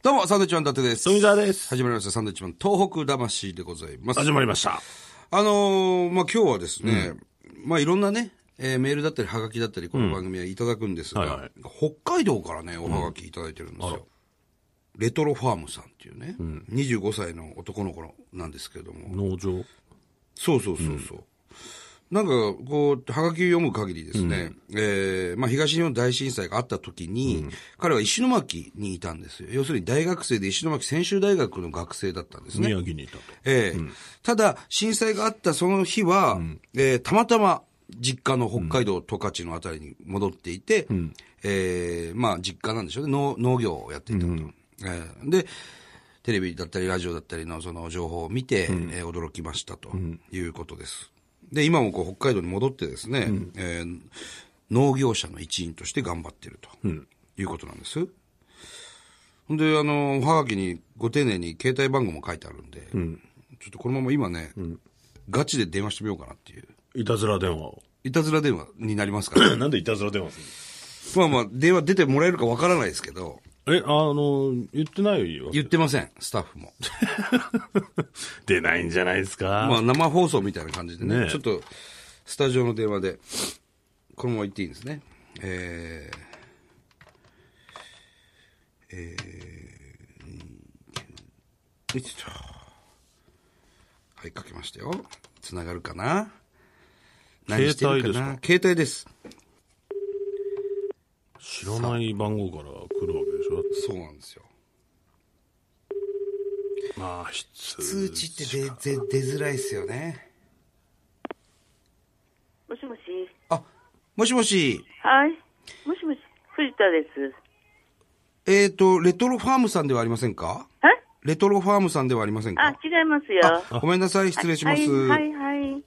どうも、サンドウィッチマン伊達です。富澤です。始まりました、サンドウィッチマン東北魂でございます。始まりました。あのーまあ、今日はですね、まあ、いろんなね、えーメールだったり、はがきだったり、この番組はいただくんですが、はいはい北海道からね、おはがきいただいてるんですよ。レトロファームさんっていうね、25歳の男の子のなんですけれども、農場。そうそうそうそう。なんか、こう、はがきを読む限りですね、えーまあ、東日本大震災があった時に、彼は石巻にいたんですよ。要するに大学生で石巻専修大学の学生だったんですね。宮城にいたと。ええただ、震災があったその日は、えーたまたま実家の北海道十勝のあたりに戻っていて、えーまあ実家なんでしょうね、農農業をやっていたと。えーで、テレビだったりラジオだったりのその情報を見て、えー驚きましたということです。で、今もこう北海道に戻ってですね、えー農業者の一員として頑張っていると、いうことなんです。ほんで、あの、おはがきにご丁寧に携帯番号も書いてあるんで、ちょっとこのまま今ね、ガチで電話してみようかなっていう。いたずら電話を。いたずら電話になりますから、 なんでいたずら電話すまあまあ、電話出てもらえるかわからないですけど、るのえ、あの、言ってないよ。言ってません、スタッフも。 出ないんじゃないですか。まあ、生放送みたいな感じでね、ねえちょっと、スタジオの電話で、このまま言っていいんですね。えー、えー、よいしょはい、かけましたよ。つながるかな何してるかな携携帯です。知らない番号から来るわけでしょだってそうなんですよ。まあ、必通知って出、出、出づらいですよね。もしもし。あ、もしもし、はい。もしもし。藤田です。えっ、ー、と、レトロファームさんではありませんかえレトロファームさんではありませんかあ、違いますよ。あごめんなさい、失礼します。はい、はい、はい。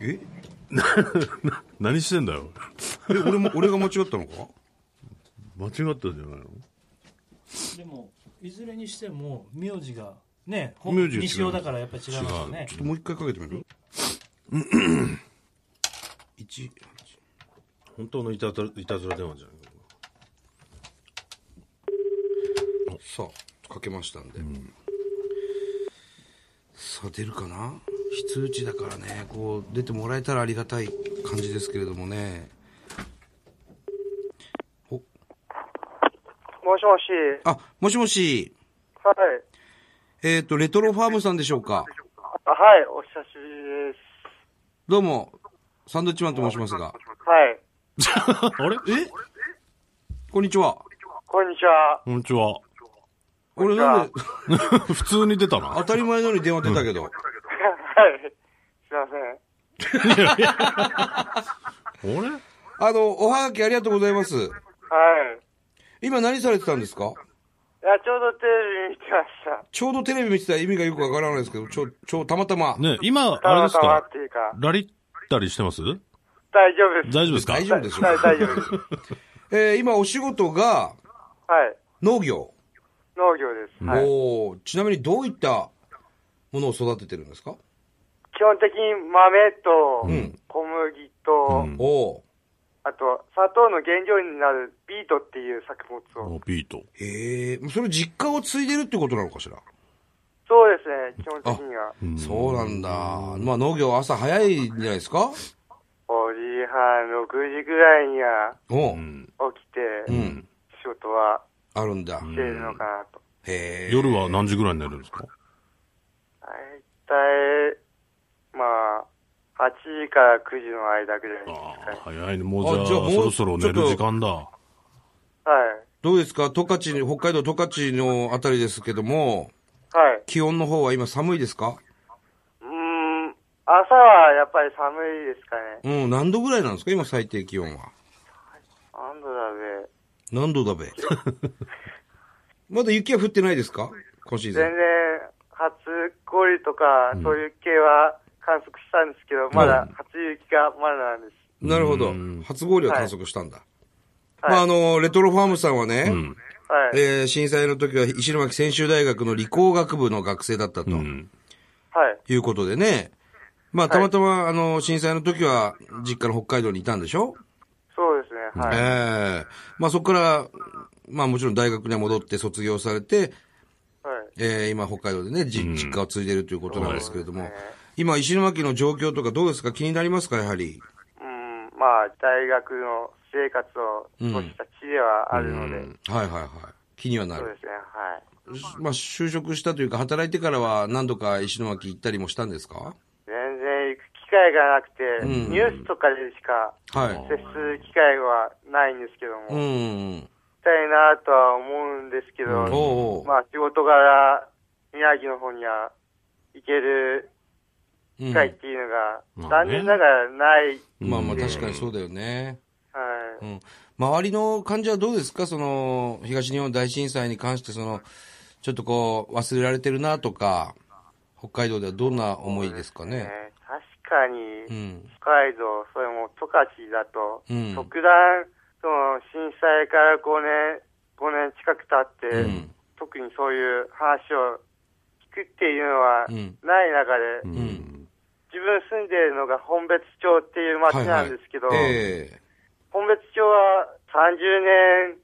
え 何してんだよ。え俺も、俺が間違ったのか間違ったんじゃないのでもいずれにしても名字がね名字が違う西尾だからやっぱり違いますよねちょっともう一回かけてみ る一本当のいたずらいたずら電話じゃないさあ、かけましたんで。さあ、出るかな非通知だからね、こう、出てもらえたらありがたい感じですけれどもね。お、もしもし。あ、もしもし、はい。えっ、と、レトロファームさんでしょうかあはい、お久しぶりです。どうも、サンドウィッチマンと申しますが、はい。あれえこんにちは。こんにちは。 こんにちは。 俺なんで、普通に出た当な。たり前のように電話出たけど。はい。すいません。あれあの、おはがきありがとうございます。はい。今何されてたんですかいや、ちょうどテレビ見てました。ちょうどテレビ見てたら意味がよくわからないですけど、ちょ、ちょ、たまたま。ね、今、たあれまですたまかっていうか、ラリったりしてます大丈夫です。大丈夫ですか大丈夫でしょはい、大丈夫です。えー今お仕事がはい。農業。農業です。はい。おーちなみにどういったものを育ててるんですか基本的に豆とん、小麦と、うんおーあと、砂糖の原料になるビートっていう作物を。おビート。えー、それ実家を継いでるってことなのかしら、そうですね、基本的には。そうなんだ。まあ農業朝早いんじゃないですか5時半、6時ぐらいにはおううん。起きて、うん。仕事はあるんだ。してるのかなと。へえ。夜は何時ぐらいに寝るんですか大体、まあ、8時から9時の間ぐらいですああかね、。早いね。もうじゃああ、じゃあもうそろそろ寝ちょっると時間だ。はい。どうですか十勝に、北海道十勝のあたりですけども、はい。気温の方は今寒いですかうーん、朝はやっぱり寒いですかね。うん、何度ぐらいなんですか今最低気温は。何度だべ。何度だべ。 まだ雪は降ってないですか今シーズ全然ン。、初氷とか、そういう系は観測したんですけど、まだ初雪がまだなんです。なるほどうん。初氷を観測したんだ。はいまあ、あの、レトロファームさんはね、うん。はえい。ー震災の時は石巻専修大学の理工学部の学生だったとうん。はい。いうことでね、まあ、たまたま、あの、震災の時は実家の北海道にいたんでしょそうですね。はい。ええまあそこから、まあもちろん大学には戻って卒業されて、はい。えー今北海道でね、じ実家を継いでるということなんですけれども、そうですね今石巻の状況とかどうですか気になりますかやはり。うん、まあ、大学の生活を過ごした地ではあるので、うんはいはいはい。気にはなそうる。ですね、はい。まあ就職したというか働いてからは何度か石巻行ったりもしたんですか全然行く機会がなくて、うんニュースとかでしかはい。接する機会はないんですけどうも、行きん。たいなとは思うんですけど、おうおう。まあ仕事柄、宮城の方には行けるうん機会っていううんのまあが、ね残念ながらない。まあまあ確かにそうだよね。はい。うん、周りの感じはどうですかその、東日本大震災に関して、その、ちょっとこう、忘れられてるなとか、北海道ではどんな思いですかね。ね確かうに、ん。北海道、それも十勝だと、うん特段、その震災から5年、5年近く経っうて、ん特にそういう話を聞くっていうのはうんない中で、ん自分住んでるのが本別町っていう町なんですけど、はいはいえ本別町は30年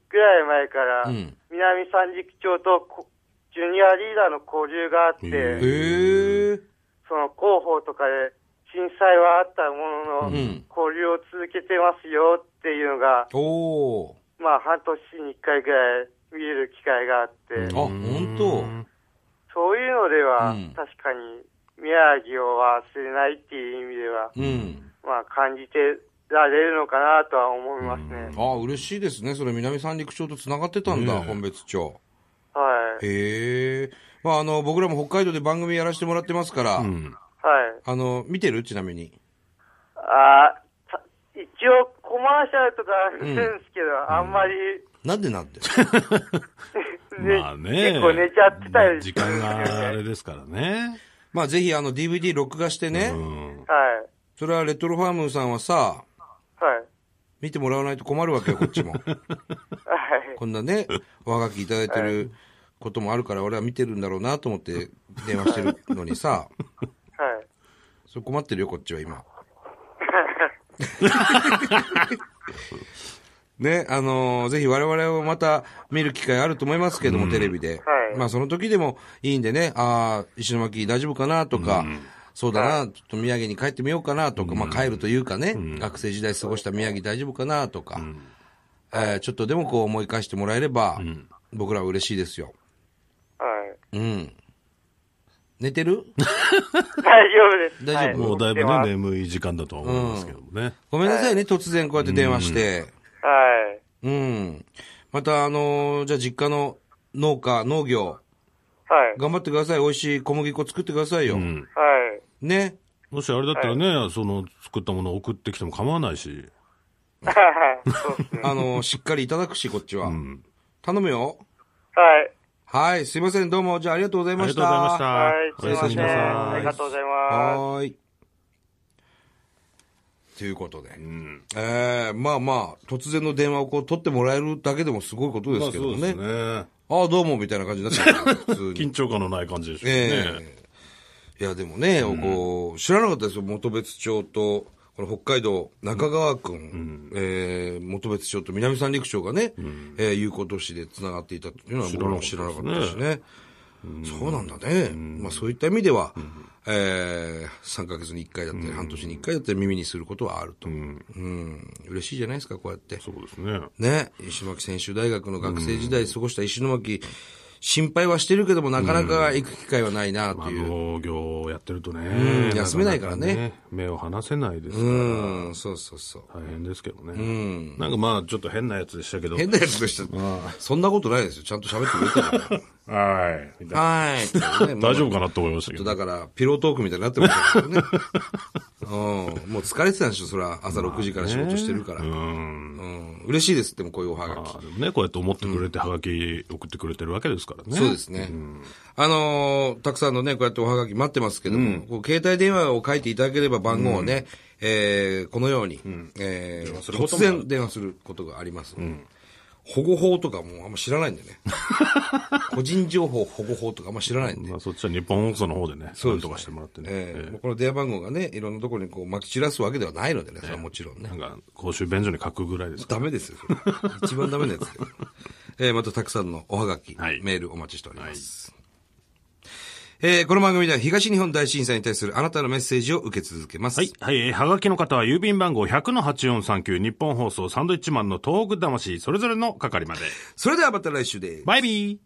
ぐらい前から、うん南三陸町とこジュニアリーダーの交流があって、ええへえその広報とかで震災はあったもうのの、ん交流を続けてますよっていうのが、おー。まあ半年に1回ぐらい見える機会があって、あ、本当そういうのでは、うん確かに宮城を忘れないっていう意味では、うん。まあ感じてられるのかなとは思いますね。あ、嬉しいですね。それ南三陸町と繋がってたんだ、ねえ本別町。はい。へえ。まああの、僕らも北海道で番組やらせてもらってますから、うん。はい。あの、見てるちなみに。あーた一応コマーシャルとかあるんんですけど、あんまり、なんでなんでねまあね。結構寝ちゃってたり時間があれですからね。まあぜひあの DVD 録画してね、うん。はい。それはレトロファームさんはさ、はい。見てもらわないと困るわけよ、こっち も。はい。こんなね、おはがきいただいてることもあるから、俺は見てるんだろうなと思って電話してるのにさ、はい。それ困ってるよ、こっちは今。ね、あのーぜひ我々をまた見る機会あると思いますけども、テレビで。はいまあその時でもいいんでね、ああ、石巻大丈夫かなとか、そうだな、ちょっと宮城に帰ってみようかなとか、まあ帰るというかね、学生時代過ごした宮城大丈夫かなとか、えーちょっとでもこう思い返してもらえれば、僕らは嬉しいですよ。はい。うん。寝てる大丈夫です。大丈夫はもうだいぶ起きてまね、す眠い時間だとは思いますけどもね。ごめんなさいね、突然こうやって電話して。はい。うん。また、あのーじゃあ実家の農家、農業、はい。頑張ってください。美味しい小麦粉作ってくださいよ。うん。はい。ね。もしあれだったらね、その作ったものを送ってきても構わないし。はい。そうですね。 あのーしっかりいただくし、こっちは。うん。頼むよ。はい。はい、すいません。どうも、じゃあありがとうございありまがしとた。うございました。はい。すおいやすまみせ。なんさありいが。とうございます。はーい。ということで。えー、まあまあ、突然の電話をこう取ってもらえるだけでもすごいことですけどね。まあそうああ、どうも、みたいな感じになっちゃう。普通にですね。緊張感のない感じでしょうね。ええいや、でもね、こう、知らなかったですよ。元別町と、この北海道中川郡、ええ元別町と南三陸町がね、ええ友好都市で繋がっていたというのは僕らも知らなかったしね。そうなんだね。まあそういった意味では、ええ3ヶ月に1回だったり、半年に1回だったり耳にすることはあると。うん、嬉しいじゃないですか、こうやって。そうですね。ね、石巻専修大学の学生時代過ごした石巻、心配はしてるけども、なかなか行く機会はないなとまあ、いう。農業をやってるとね、うん休めないからねかか目を離せないですから、うん、そうそうそう。大変ですけどね、なんかまあ、ちょっと変なやつでしたけど、変なやつでした。そんなことないですよ。ちゃんと喋ってくれてるかはい、みたいら。はいってね、な 大丈夫かかなと思いましたけど、だから、ピロートークみたいになってましたけどね。うん、もう疲れてたんでしょ、そら。朝6時から仕事してるから。うん、うん、嬉しいですって、もうこういうおはがき。あでもね、こうやって思ってくれて、はがき送ってくれてるわけですからね、そうですね。あのーたくさんのね、こうやっておはがき待ってますけども、こう携帯電話を書いていただければ番号をね、えーこのように、えーすること突もある然電話することがあります。保護法とかもあんま知らないんで ね。個人情報保護法とかあんま知らないんで。まあ、そっちは日本放送の方でね、そうなですんねとかしてもらってね、えーえもうこの電話番号がね、いろんなところにこう撒き散らすわけではないのでね、それはもちろんえね。 なんか公衆便所に書くぐらいですかダメですよ、それ一番ダメなやつだよえーまたたくさんのおはがき、はいメールお待ちしております。えーこの番組では東日本大震災に対するあなたのメッセージを受け続けます。はい。はい。えーはがきの方は郵便番号100-8439日本放送サンドイッチマンの東北魂それぞれの係まで。それではまた来週です。バイビー